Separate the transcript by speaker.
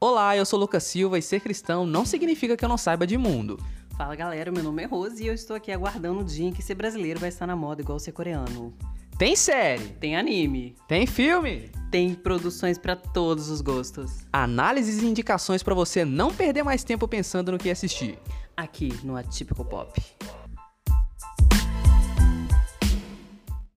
Speaker 1: Olá, eu sou Lucas Silva e ser cristão não significa que eu não saiba de mundo.
Speaker 2: Fala galera, meu nome é Rose e eu estou aqui aguardando o dia em que ser brasileiro vai estar na moda igual ser coreano.
Speaker 1: Tem série,
Speaker 2: Tem anime,
Speaker 1: tem filme,
Speaker 2: tem produções pra todos os gostos.
Speaker 1: análises e indicações pra você não perder mais tempo pensando no que assistir.
Speaker 2: Aqui no Atípico Pop.